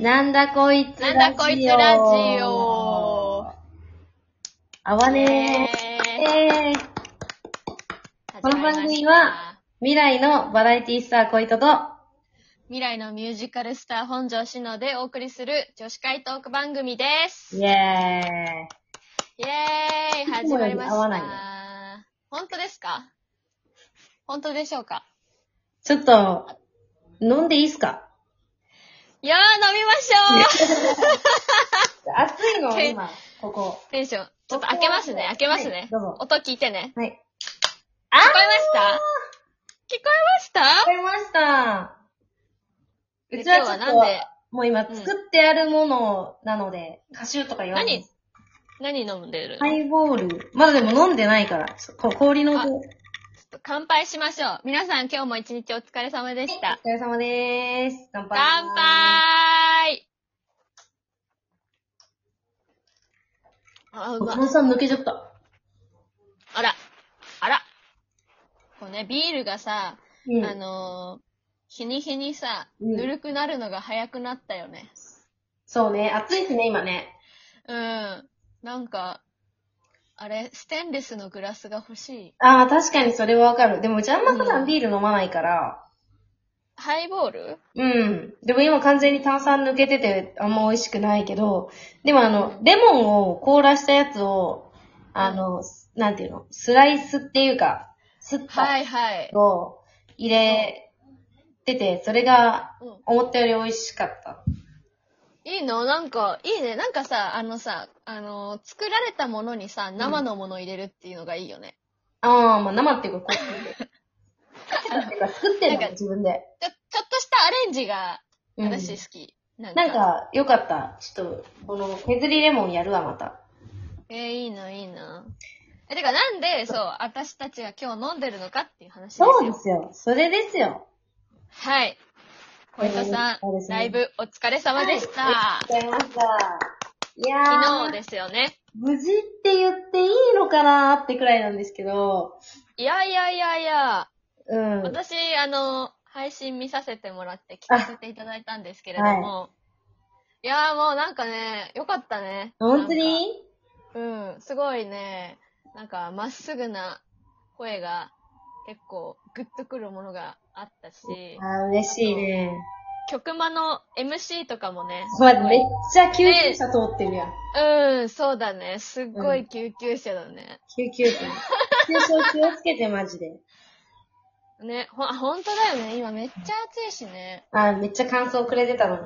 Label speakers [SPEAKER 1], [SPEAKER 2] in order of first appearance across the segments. [SPEAKER 1] なんだこいつラジオ。
[SPEAKER 2] なんだこいつラジオ。
[SPEAKER 1] あわねー。えー、この番組は、未来のバラエティスターこいとと、
[SPEAKER 2] 未来のミュージカルスター本庄しのでお送りする女子会トーク番組です。イ
[SPEAKER 1] イエーイ。
[SPEAKER 2] ェーイ始まりま
[SPEAKER 1] いつもより合わ
[SPEAKER 2] し
[SPEAKER 1] ない
[SPEAKER 2] た。本当ですか本当でしょうか
[SPEAKER 1] ちょっと、飲んでいいっすか
[SPEAKER 2] いやー飲みましょ
[SPEAKER 1] 暑いの
[SPEAKER 2] け
[SPEAKER 1] 今、ここ。
[SPEAKER 2] うテンション。ちょっと開けますね、開けます
[SPEAKER 1] はい
[SPEAKER 2] ね。
[SPEAKER 1] どうぞ
[SPEAKER 2] 音聞いてね。
[SPEAKER 1] はい。
[SPEAKER 2] 聞こえました聞こえました
[SPEAKER 1] わかりました。
[SPEAKER 2] で
[SPEAKER 1] うちはちょっ
[SPEAKER 2] 今日はなんで
[SPEAKER 1] と、もう今
[SPEAKER 2] うん
[SPEAKER 1] 作ってあるものなので、歌集とか言わない。
[SPEAKER 2] 何飲んでる
[SPEAKER 1] ハイボール。まだでも飲んでないから、ちょっとこ氷の
[SPEAKER 2] あ
[SPEAKER 1] 音。
[SPEAKER 2] ちょっと乾杯しましょう。皆さん今日も一日お疲れ様でし
[SPEAKER 1] お
[SPEAKER 2] た。
[SPEAKER 1] 疲れ様でーす。乾杯。
[SPEAKER 2] 乾杯あ、う
[SPEAKER 1] お
[SPEAKER 2] ま。
[SPEAKER 1] 父さん抜けちゃった。
[SPEAKER 2] あら。あら。こうね、ビールがさ、
[SPEAKER 1] うん。
[SPEAKER 2] あのー日に日にさ、
[SPEAKER 1] うん
[SPEAKER 2] ぬるくなるのが早くなったよね。
[SPEAKER 1] そうね、暑いですね、今ね。
[SPEAKER 2] うん。なんか、あれ、ステンレスのグラスが欲しい。
[SPEAKER 1] ああ、確かにそれはわかる。でもうちあんま普
[SPEAKER 2] う
[SPEAKER 1] 段
[SPEAKER 2] ん
[SPEAKER 1] ビール飲まないから。
[SPEAKER 2] ハイボール
[SPEAKER 1] うん。でも今完全に炭酸抜けててあんま美味しくないけど、でもあの
[SPEAKER 2] う、ん
[SPEAKER 1] レモンを凍らしたやつを、あの、なんていうの、スライスっていうか、すった
[SPEAKER 2] はいはい。
[SPEAKER 1] を入れてて、それが
[SPEAKER 2] うん
[SPEAKER 1] 思ったより美味しかった。
[SPEAKER 2] いいのなんか、いいね。なんかさ、あのさ、あのー作られたものにさ、生のもの入れるっていうのがいいよね。
[SPEAKER 1] ああ、まあ生っていうか、こう。 なんか作ってる
[SPEAKER 2] なん
[SPEAKER 1] の
[SPEAKER 2] か
[SPEAKER 1] 自分で。
[SPEAKER 2] ちょ、ちょっとしたアレンジが、
[SPEAKER 1] うん
[SPEAKER 2] 私好き。なん
[SPEAKER 1] なんか、よかった。ちょっと、この、削りレモンやるわ、また。
[SPEAKER 2] えーいいな、いいな。え、てか、なんで、そう、私たちが今日飲んでるのかっていう話ですよ。
[SPEAKER 1] そうですよ。それですよ。
[SPEAKER 2] はい。小糸さん、
[SPEAKER 1] そうですね
[SPEAKER 2] ライブお疲れ様でした。
[SPEAKER 1] ありがとうございました。いやー。
[SPEAKER 2] 昨日ですよね。
[SPEAKER 1] 無事って言っていいのかなーってくらいなんですけど、
[SPEAKER 2] いやいやいやいや、
[SPEAKER 1] うん。
[SPEAKER 2] 私、あの、配信見させてもらって聞かせていただいたんですけれども、い、やーもうなんかね、よかったね。
[SPEAKER 1] 本当
[SPEAKER 2] なんか
[SPEAKER 1] に
[SPEAKER 2] うん、すごいね、なんかまっすぐな声が結構グッとくるものがあったし、
[SPEAKER 1] あー、嬉しいね。
[SPEAKER 2] 曲間の MC とかもね、
[SPEAKER 1] まあ、
[SPEAKER 2] すご
[SPEAKER 1] めっ
[SPEAKER 2] い
[SPEAKER 1] ちゃ救急車通ってるやん。
[SPEAKER 2] うん、そうだね、すっごい救急車だね。
[SPEAKER 1] 救急 車。救急車気をつけて、マジで。
[SPEAKER 2] ね、ほ、あ本当だよね、今めっちゃ暑いしね。
[SPEAKER 1] あー、めっちゃ感想くれてたの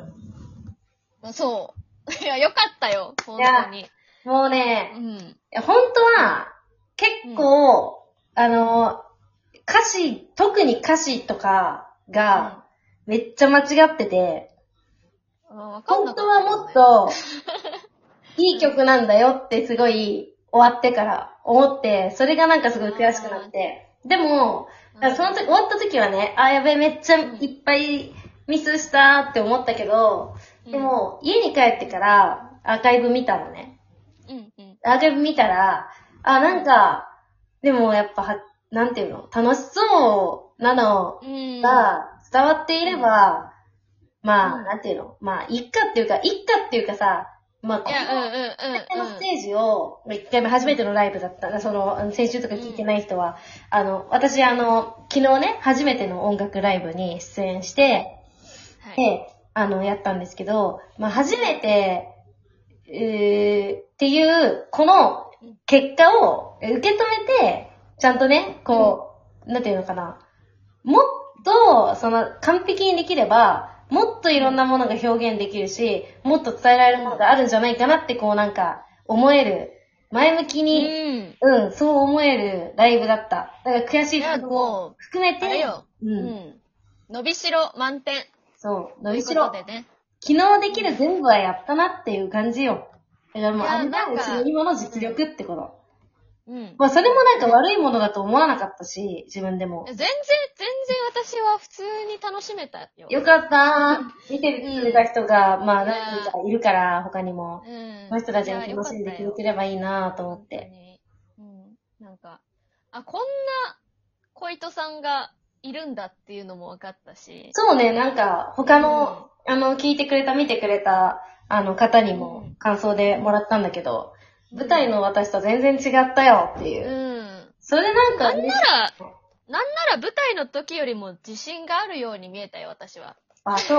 [SPEAKER 1] に。
[SPEAKER 2] そう。い や、よかったよ、本当に。
[SPEAKER 1] もう
[SPEAKER 2] う
[SPEAKER 1] ね、
[SPEAKER 2] ん。
[SPEAKER 1] いや本当は、結構、あのー、歌詞、特に歌詞とかが、めっちゃ間違ってて、
[SPEAKER 2] うん、わかんな
[SPEAKER 1] 本
[SPEAKER 2] か
[SPEAKER 1] 当
[SPEAKER 2] っ
[SPEAKER 1] はも
[SPEAKER 2] た
[SPEAKER 1] っ
[SPEAKER 2] よね。
[SPEAKER 1] と、いい曲なんだよってすごい終わってから思って、それがなんかすごい悔しくなって。でも、
[SPEAKER 2] うん
[SPEAKER 1] その時、終わった時はね、あ、やべえ、めっちゃいっぱいミスしたって思ったけど、
[SPEAKER 2] うん
[SPEAKER 1] でも、家に帰ってからアーカイブ見たのね。
[SPEAKER 2] うん、うん。
[SPEAKER 1] アーカイブ見たら、あ、なんか、でもやっぱは、なんていうの、楽しそうなの
[SPEAKER 2] うん。
[SPEAKER 1] が伝わっていれば、まあ、
[SPEAKER 2] うん
[SPEAKER 1] なんていうのまあ、いっかっていうか、いっかっていうかさ、まあ、こ
[SPEAKER 2] いや、うん、うん、
[SPEAKER 1] こ
[SPEAKER 2] うん
[SPEAKER 1] のステージを、一回目初めてのライブだったら、その、あの先週とか聞いてない人は、あの、私、あの、昨日ね、初めての音楽ライブに出演して、
[SPEAKER 2] うん。はい。
[SPEAKER 1] で、あの、やったんですけど、まあ、初めて、えー、っていう、この結果をえ受け止めて、ちゃんとね、こう、なんていうのかな。もっと、その、完璧にできれば、もっといろんなものが表現できるし、もっと伝えられるものがあるんじゃないかなって、こうなんか、思える。前向き
[SPEAKER 2] う
[SPEAKER 1] に、
[SPEAKER 2] ん。
[SPEAKER 1] うん、そう思えるライブだった。だから悔しいとこも含め
[SPEAKER 2] あれ
[SPEAKER 1] て、
[SPEAKER 2] よ。
[SPEAKER 1] う、
[SPEAKER 2] うんん。伸びしろ満点。
[SPEAKER 1] そう、
[SPEAKER 2] と
[SPEAKER 1] 伸
[SPEAKER 2] い
[SPEAKER 1] び
[SPEAKER 2] うこ
[SPEAKER 1] し
[SPEAKER 2] と
[SPEAKER 1] ろ。
[SPEAKER 2] でね。
[SPEAKER 1] 昨日できる全部はやったなっていう感じよ。だからもう、
[SPEAKER 2] いや
[SPEAKER 1] あれが
[SPEAKER 2] なん
[SPEAKER 1] う
[SPEAKER 2] か
[SPEAKER 1] ちの今の実力ってこと。
[SPEAKER 2] うん。
[SPEAKER 1] まあ、それもなんか悪いものだと思わなかったし、自分でも
[SPEAKER 2] 全。然、全然私は普通に楽しめたよ。
[SPEAKER 1] よかったー。見てくれた人が、まあ、何人かいるから、他にも。
[SPEAKER 2] うん。
[SPEAKER 1] この人たち
[SPEAKER 2] い
[SPEAKER 1] が
[SPEAKER 2] や
[SPEAKER 1] 楽しんでくれて
[SPEAKER 2] よ
[SPEAKER 1] ればいいなと思っ
[SPEAKER 2] かった
[SPEAKER 1] て。
[SPEAKER 2] よ本当にうん。なんか、あ、こんな小糸さんがいるんだっていうのも分かったし。
[SPEAKER 1] そうね、なんか、他の、あの、聞いてくれた、見てくれた、あの、方にも感想でもらったんだけど、舞台の私と全然違ったよっていうう。
[SPEAKER 2] ん。
[SPEAKER 1] それなんか
[SPEAKER 2] なん
[SPEAKER 1] 嬉しい、
[SPEAKER 2] なら、なんなら舞台の時よりも自信があるように見えたよ、私は。
[SPEAKER 1] あ、そ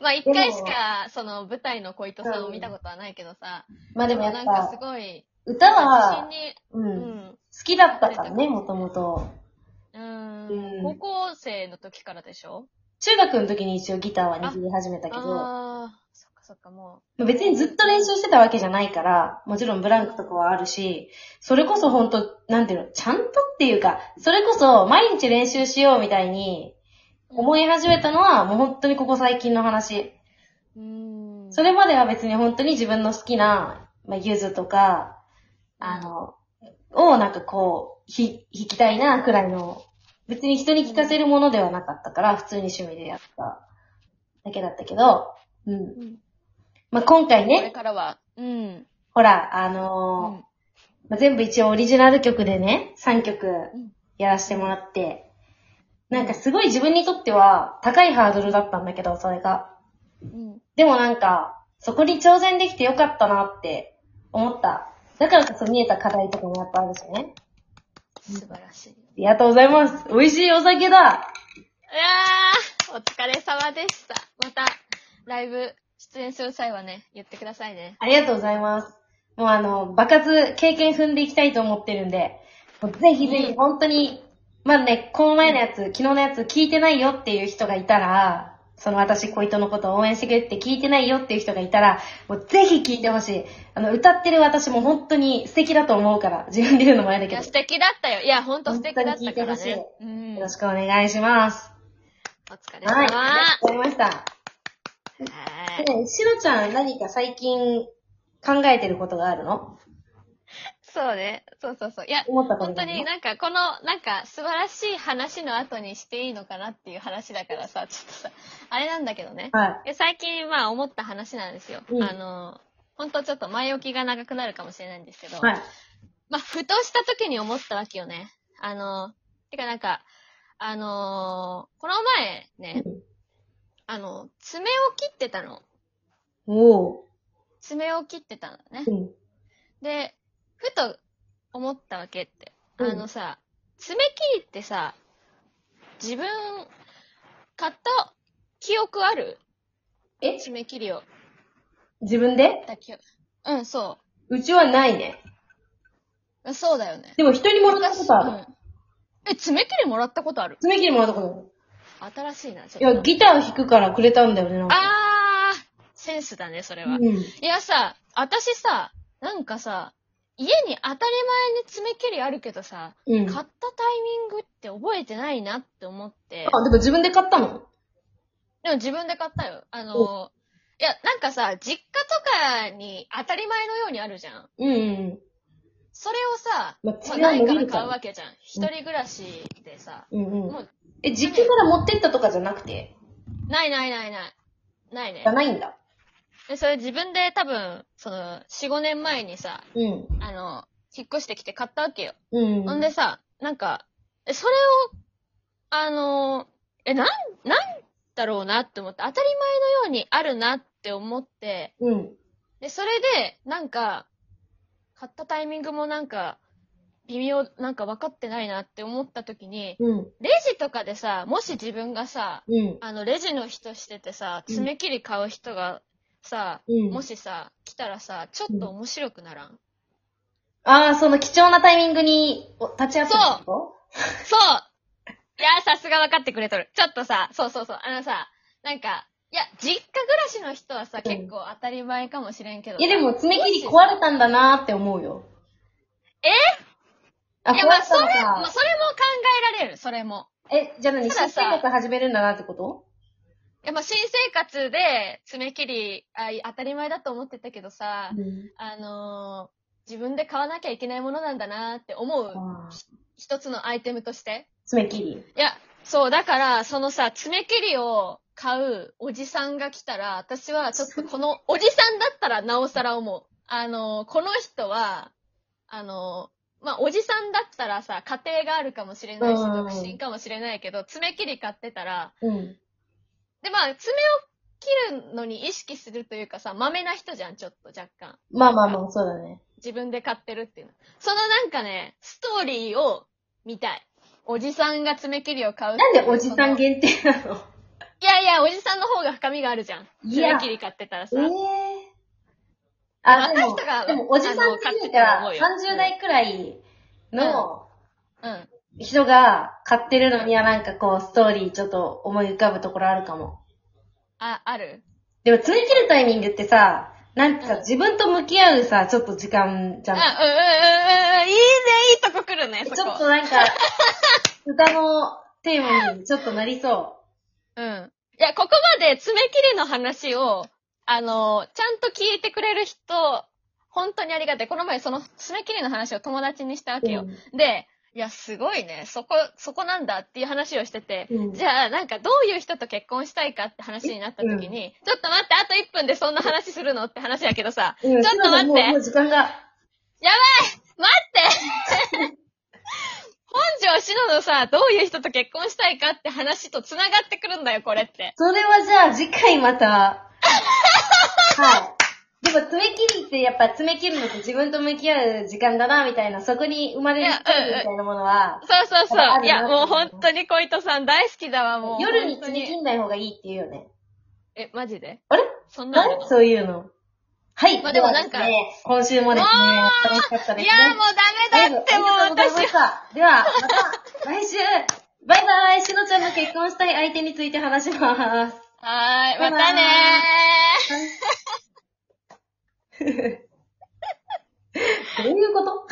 [SPEAKER 2] まあ一回しか、その舞台の小糸さんを見たことはないけどさ、
[SPEAKER 1] うまあでもやっ
[SPEAKER 2] なんかす
[SPEAKER 1] ぱ、
[SPEAKER 2] ごい、
[SPEAKER 1] 歌
[SPEAKER 2] 自信
[SPEAKER 1] は、
[SPEAKER 2] に、
[SPEAKER 1] う、
[SPEAKER 2] うん
[SPEAKER 1] 好
[SPEAKER 2] ん。
[SPEAKER 1] きだったからね、もともと。
[SPEAKER 2] うん
[SPEAKER 1] うん
[SPEAKER 2] 高校生の時からでしょ
[SPEAKER 1] 中学の時に一応ギターは握り始めたけど、
[SPEAKER 2] ああ、そっかそっか、も
[SPEAKER 1] まあ別にずっと練習してたわけじゃないから、もちろんブランクとかはあるし、それこそほんと、なんていうの、ちゃんとっていうか、それこそ毎日練習しようみたいに
[SPEAKER 2] う。
[SPEAKER 1] 思い始めたのは、もう本当にここ最近の話。
[SPEAKER 2] うん。
[SPEAKER 1] それまでは別に本当に自分の好きな、まあ、ゆずとか、あの、をなんかこう、ひ、弾きたいな、くらいの、別に人に聞かせるものではなかったから、普通に趣味でやっただけだったけど、うん。
[SPEAKER 2] うん、
[SPEAKER 1] まあ、今回
[SPEAKER 2] これ
[SPEAKER 1] ね、
[SPEAKER 2] からは、うん。
[SPEAKER 1] ほら、あ
[SPEAKER 2] う
[SPEAKER 1] のー
[SPEAKER 2] ん
[SPEAKER 1] まあ、全部一応オリジナル曲でね、3曲
[SPEAKER 2] うん
[SPEAKER 1] やらせてもらって、なんかすごい自分にとっては高いハードルだったんだけど、それが。
[SPEAKER 2] うん。
[SPEAKER 1] でもなんか、そこに挑戦できてよかったなって思った。だからこそ見えた課題とかもやっぱあるしね。
[SPEAKER 2] 素晴らしい。い
[SPEAKER 1] ありがとうございます。美味しいお酒だ
[SPEAKER 2] やー、お疲れ様でした。また、ライブ出演する際はね、言ってくださいね。
[SPEAKER 1] ありがとうございます。もうあの、爆発経験踏んでいきたいと思ってるんで、もうぜひぜ
[SPEAKER 2] う
[SPEAKER 1] ひ
[SPEAKER 2] ん
[SPEAKER 1] 本当に、まあね、この前のやつ、昨日のやつ聞いてないよっていう人がいたら、その私、小糸のことを応援してくれって聞いてないよっていう人がいたら、もうぜひ聞いてほしい。あの、歌ってる私も本当に素敵だと思うから、自分で言うのもあれだ
[SPEAKER 2] い
[SPEAKER 1] けど
[SPEAKER 2] や、。素敵だったよ。いや、ほんと素敵だったから
[SPEAKER 1] 本当に聞いて
[SPEAKER 2] ね
[SPEAKER 1] ほ。
[SPEAKER 2] うん。
[SPEAKER 1] よろしくお願いします。
[SPEAKER 2] お疲れ様。
[SPEAKER 1] はい。ありが
[SPEAKER 2] は
[SPEAKER 1] とうございました。
[SPEAKER 2] い
[SPEAKER 1] ねえしろちゃん何か最近考えてることがあるの
[SPEAKER 2] そうね。そうそうそう。いや、
[SPEAKER 1] 思ったこと
[SPEAKER 2] 本当に
[SPEAKER 1] な
[SPEAKER 2] なんかこの、なんか素晴らしい話の後にしていいのかなっていう話だからさ、ちょ っとさ、あれなんだけどね。
[SPEAKER 1] はい
[SPEAKER 2] や最近まあ思った話なんですよ。
[SPEAKER 1] うん
[SPEAKER 2] あの、本当ちょっと前置きが長くなるかもしれないんですけど、
[SPEAKER 1] い。はい。
[SPEAKER 2] まあふとした時に思ったわけよね。あの、てかなんか、あのーこの前ね、あの、爪を切ってたの。
[SPEAKER 1] おお。
[SPEAKER 2] 爪を切ってたのね
[SPEAKER 1] う。ん。
[SPEAKER 2] で、ふと思ったわけって。あ
[SPEAKER 1] うん
[SPEAKER 2] のさ、爪切りってさ、自分、買った記憶ある
[SPEAKER 1] え
[SPEAKER 2] 爪切りを。
[SPEAKER 1] 自分で
[SPEAKER 2] だ記憶うん、そう
[SPEAKER 1] ちはないね。
[SPEAKER 2] う。そうだよね。
[SPEAKER 1] でも人にもらったことある。
[SPEAKER 2] うんえ、爪切りもらったことある
[SPEAKER 1] 爪切りもらったこと
[SPEAKER 2] 新しいな、ち
[SPEAKER 1] あ
[SPEAKER 2] ょ
[SPEAKER 1] る。
[SPEAKER 2] っ
[SPEAKER 1] い
[SPEAKER 2] と
[SPEAKER 1] や、ギターを弾くからくれたんだよね、なんか。
[SPEAKER 2] あー、センスだね、それは。
[SPEAKER 1] うん。
[SPEAKER 2] いやさ、私さ、なんかさ、家に当たり前に爪切りあるけどさ、
[SPEAKER 1] うん。
[SPEAKER 2] 買
[SPEAKER 1] あ、
[SPEAKER 2] ったタイミングって覚えてないなって思って、
[SPEAKER 1] でも自分で買ったの
[SPEAKER 2] でも自分で買ったよ。あの、いや、なんかさ、実家とかに当たり前のようにあるじゃん。
[SPEAKER 1] うんうん
[SPEAKER 2] それをさ、
[SPEAKER 1] まあ
[SPEAKER 2] まあ、
[SPEAKER 1] 爪は
[SPEAKER 2] ない
[SPEAKER 1] 伸
[SPEAKER 2] か
[SPEAKER 1] び
[SPEAKER 2] ら
[SPEAKER 1] るか
[SPEAKER 2] 買う
[SPEAKER 1] ら。
[SPEAKER 2] わけじゃん。一人暮らしでさ、
[SPEAKER 1] うんう
[SPEAKER 2] も
[SPEAKER 1] ん
[SPEAKER 2] う。
[SPEAKER 1] え、実家から持ってったとかじゃなくて
[SPEAKER 2] ないないないない。ないね
[SPEAKER 1] じゃ。ないんだ。
[SPEAKER 2] で、それ自分で多分、その、4、5年前にさ、
[SPEAKER 1] うん。
[SPEAKER 2] あの、引っ越してきて買ったわけよ。
[SPEAKER 1] うん。
[SPEAKER 2] ほんでさ、なんか、えそれを、あの、え、なん、なんだろうなって思って、当たり前のようにあるなって思って、
[SPEAKER 1] うん。
[SPEAKER 2] で、それで、なんか、買ったタイミングもなんか、微妙、なんか分かってないなって思った時に、
[SPEAKER 1] うん。
[SPEAKER 2] レジとかでさ、もし自分がさ、
[SPEAKER 1] うん。
[SPEAKER 2] あの、レジの人しててさ、
[SPEAKER 1] うん
[SPEAKER 2] 爪切り買う人がさ、
[SPEAKER 1] うん。
[SPEAKER 2] もしさ、来たらさ、ちょっと面白くならん。
[SPEAKER 1] ああ、その貴重なタイミングにお立ち会ったってこ
[SPEAKER 2] そういやー、さすが分かってくれとる。ちょっとさ、そうそうそう、あのさ、なんか、いや、実家暮らしの人はさ、
[SPEAKER 1] うん
[SPEAKER 2] 結構当たり前かもしれんけど
[SPEAKER 1] と
[SPEAKER 2] さ。
[SPEAKER 1] いやでも爪切り壊れたんだなーって思うよ。
[SPEAKER 2] え
[SPEAKER 1] あ、
[SPEAKER 2] い
[SPEAKER 1] 壊
[SPEAKER 2] や、
[SPEAKER 1] れ
[SPEAKER 2] まあ、そ
[SPEAKER 1] た
[SPEAKER 2] れ、
[SPEAKER 1] の
[SPEAKER 2] まあ、
[SPEAKER 1] か。
[SPEAKER 2] それも考えられる、それも。
[SPEAKER 1] え、じゃあ何
[SPEAKER 2] ただ
[SPEAKER 1] 新
[SPEAKER 2] さ
[SPEAKER 1] 生活始めるんだなってこと
[SPEAKER 2] いや、まあ、新生活で、爪切りあ、い当たり前だと思ってたけどさ、
[SPEAKER 1] うん。
[SPEAKER 2] あのー自分で買わなきゃいけないものなんだなって思う、
[SPEAKER 1] あー
[SPEAKER 2] 一つのアイテムとして。
[SPEAKER 1] 爪切り。
[SPEAKER 2] いや、そう、だから、そのさ、爪切りを買うおじさんが来たら、私はちょっとこの、おじさんだったらなおさら思う。あの、この人は、あの、まあ、おじさんだったらさ、家庭があるかもしれないし、
[SPEAKER 1] うん
[SPEAKER 2] 独身かもしれないけど、爪切り買ってたら、
[SPEAKER 1] うん。
[SPEAKER 2] で、まあ、爪を切るのに意識するというかさ、まめな人じゃん、ちょっと若干。
[SPEAKER 1] まあまあまあ、そうだね。
[SPEAKER 2] 自分で買ってるっていうの。そのなんかね、ストーリーを見たい。おじさんが爪切りを買うってい
[SPEAKER 1] なん
[SPEAKER 2] う。
[SPEAKER 1] でおじさん
[SPEAKER 2] その
[SPEAKER 1] 限定なの
[SPEAKER 2] いやいや、おじさんの方が深みがあるじゃん。
[SPEAKER 1] いや
[SPEAKER 2] 爪切り買ってたらさ。
[SPEAKER 1] ええ
[SPEAKER 2] あ
[SPEAKER 1] あ、でも
[SPEAKER 2] 若い人が、
[SPEAKER 1] でもおじさんって言った
[SPEAKER 2] あの
[SPEAKER 1] ら
[SPEAKER 2] 買ってると思う
[SPEAKER 1] 30
[SPEAKER 2] よ
[SPEAKER 1] 代くらいの
[SPEAKER 2] うん。
[SPEAKER 1] 人が買ってるのにはなんかこう、ストーリーちょっと思い浮かぶところあるかも。
[SPEAKER 2] あ、ある。
[SPEAKER 1] でも、爪切るタイミングってさ、なん
[SPEAKER 2] う
[SPEAKER 1] か
[SPEAKER 2] ん
[SPEAKER 1] 自分と向き合うさ、ちょっと時間じ
[SPEAKER 2] あ、
[SPEAKER 1] ゃ
[SPEAKER 2] うん
[SPEAKER 1] ん。
[SPEAKER 2] うんうんうんうん。いいね、いいとこ来るね、そこ。
[SPEAKER 1] ちょっと なんか、歌のテーマにちょっとなりそ
[SPEAKER 2] うん。いや、ここまで爪切りの話を、あの、ちゃんと聞いてくれる人、本当にありがたい。この前その爪切りの話を友達にしたわ
[SPEAKER 1] う。
[SPEAKER 2] けよ。で、いや、すごいね。そこ、そこなんだっていう話をしてて、
[SPEAKER 1] うん
[SPEAKER 2] じゃあ、なんかどういう人と結婚したいかって話になった時に、ちょっと待って、あと1分でそんな話するのって話やけどさ、
[SPEAKER 1] うん
[SPEAKER 2] ちょっと待
[SPEAKER 1] も
[SPEAKER 2] っ
[SPEAKER 1] う
[SPEAKER 2] て、
[SPEAKER 1] もう時間が。
[SPEAKER 2] 待って本庄しののさ、どういう人と結婚したいかって話と繋がってくるんだよ、これって。
[SPEAKER 1] それはじゃあ次回ま た。はい。でも爪切りってやっぱ爪切るのと自分と向き合う時間だな、みたいな、そこに生まれる
[SPEAKER 2] い
[SPEAKER 1] ス
[SPEAKER 2] や
[SPEAKER 1] トーリーみたいなものは、
[SPEAKER 2] そうそう
[SPEAKER 1] これあるな
[SPEAKER 2] そう。
[SPEAKER 1] い
[SPEAKER 2] や、もう本当に小糸さん大好きだわ、もう。
[SPEAKER 1] 夜に
[SPEAKER 2] 本当
[SPEAKER 1] 爪切んない方がいいっていうよね。
[SPEAKER 2] え、マジで
[SPEAKER 1] あれ
[SPEAKER 2] そんな
[SPEAKER 1] な
[SPEAKER 2] のあ
[SPEAKER 1] い
[SPEAKER 2] るの
[SPEAKER 1] そういうの。はい。
[SPEAKER 2] まあでもなんか
[SPEAKER 1] ではですね、今週もですね、楽しかったで
[SPEAKER 2] い
[SPEAKER 1] すね。
[SPEAKER 2] や、もうダメだって、もう私
[SPEAKER 1] 私は。では、また来週、バイバイ、しのちゃんの結婚したい相手について話し ます。
[SPEAKER 2] はーい、
[SPEAKER 1] バイ
[SPEAKER 2] ま
[SPEAKER 1] バイ
[SPEAKER 2] たねー。
[SPEAKER 1] どういうこと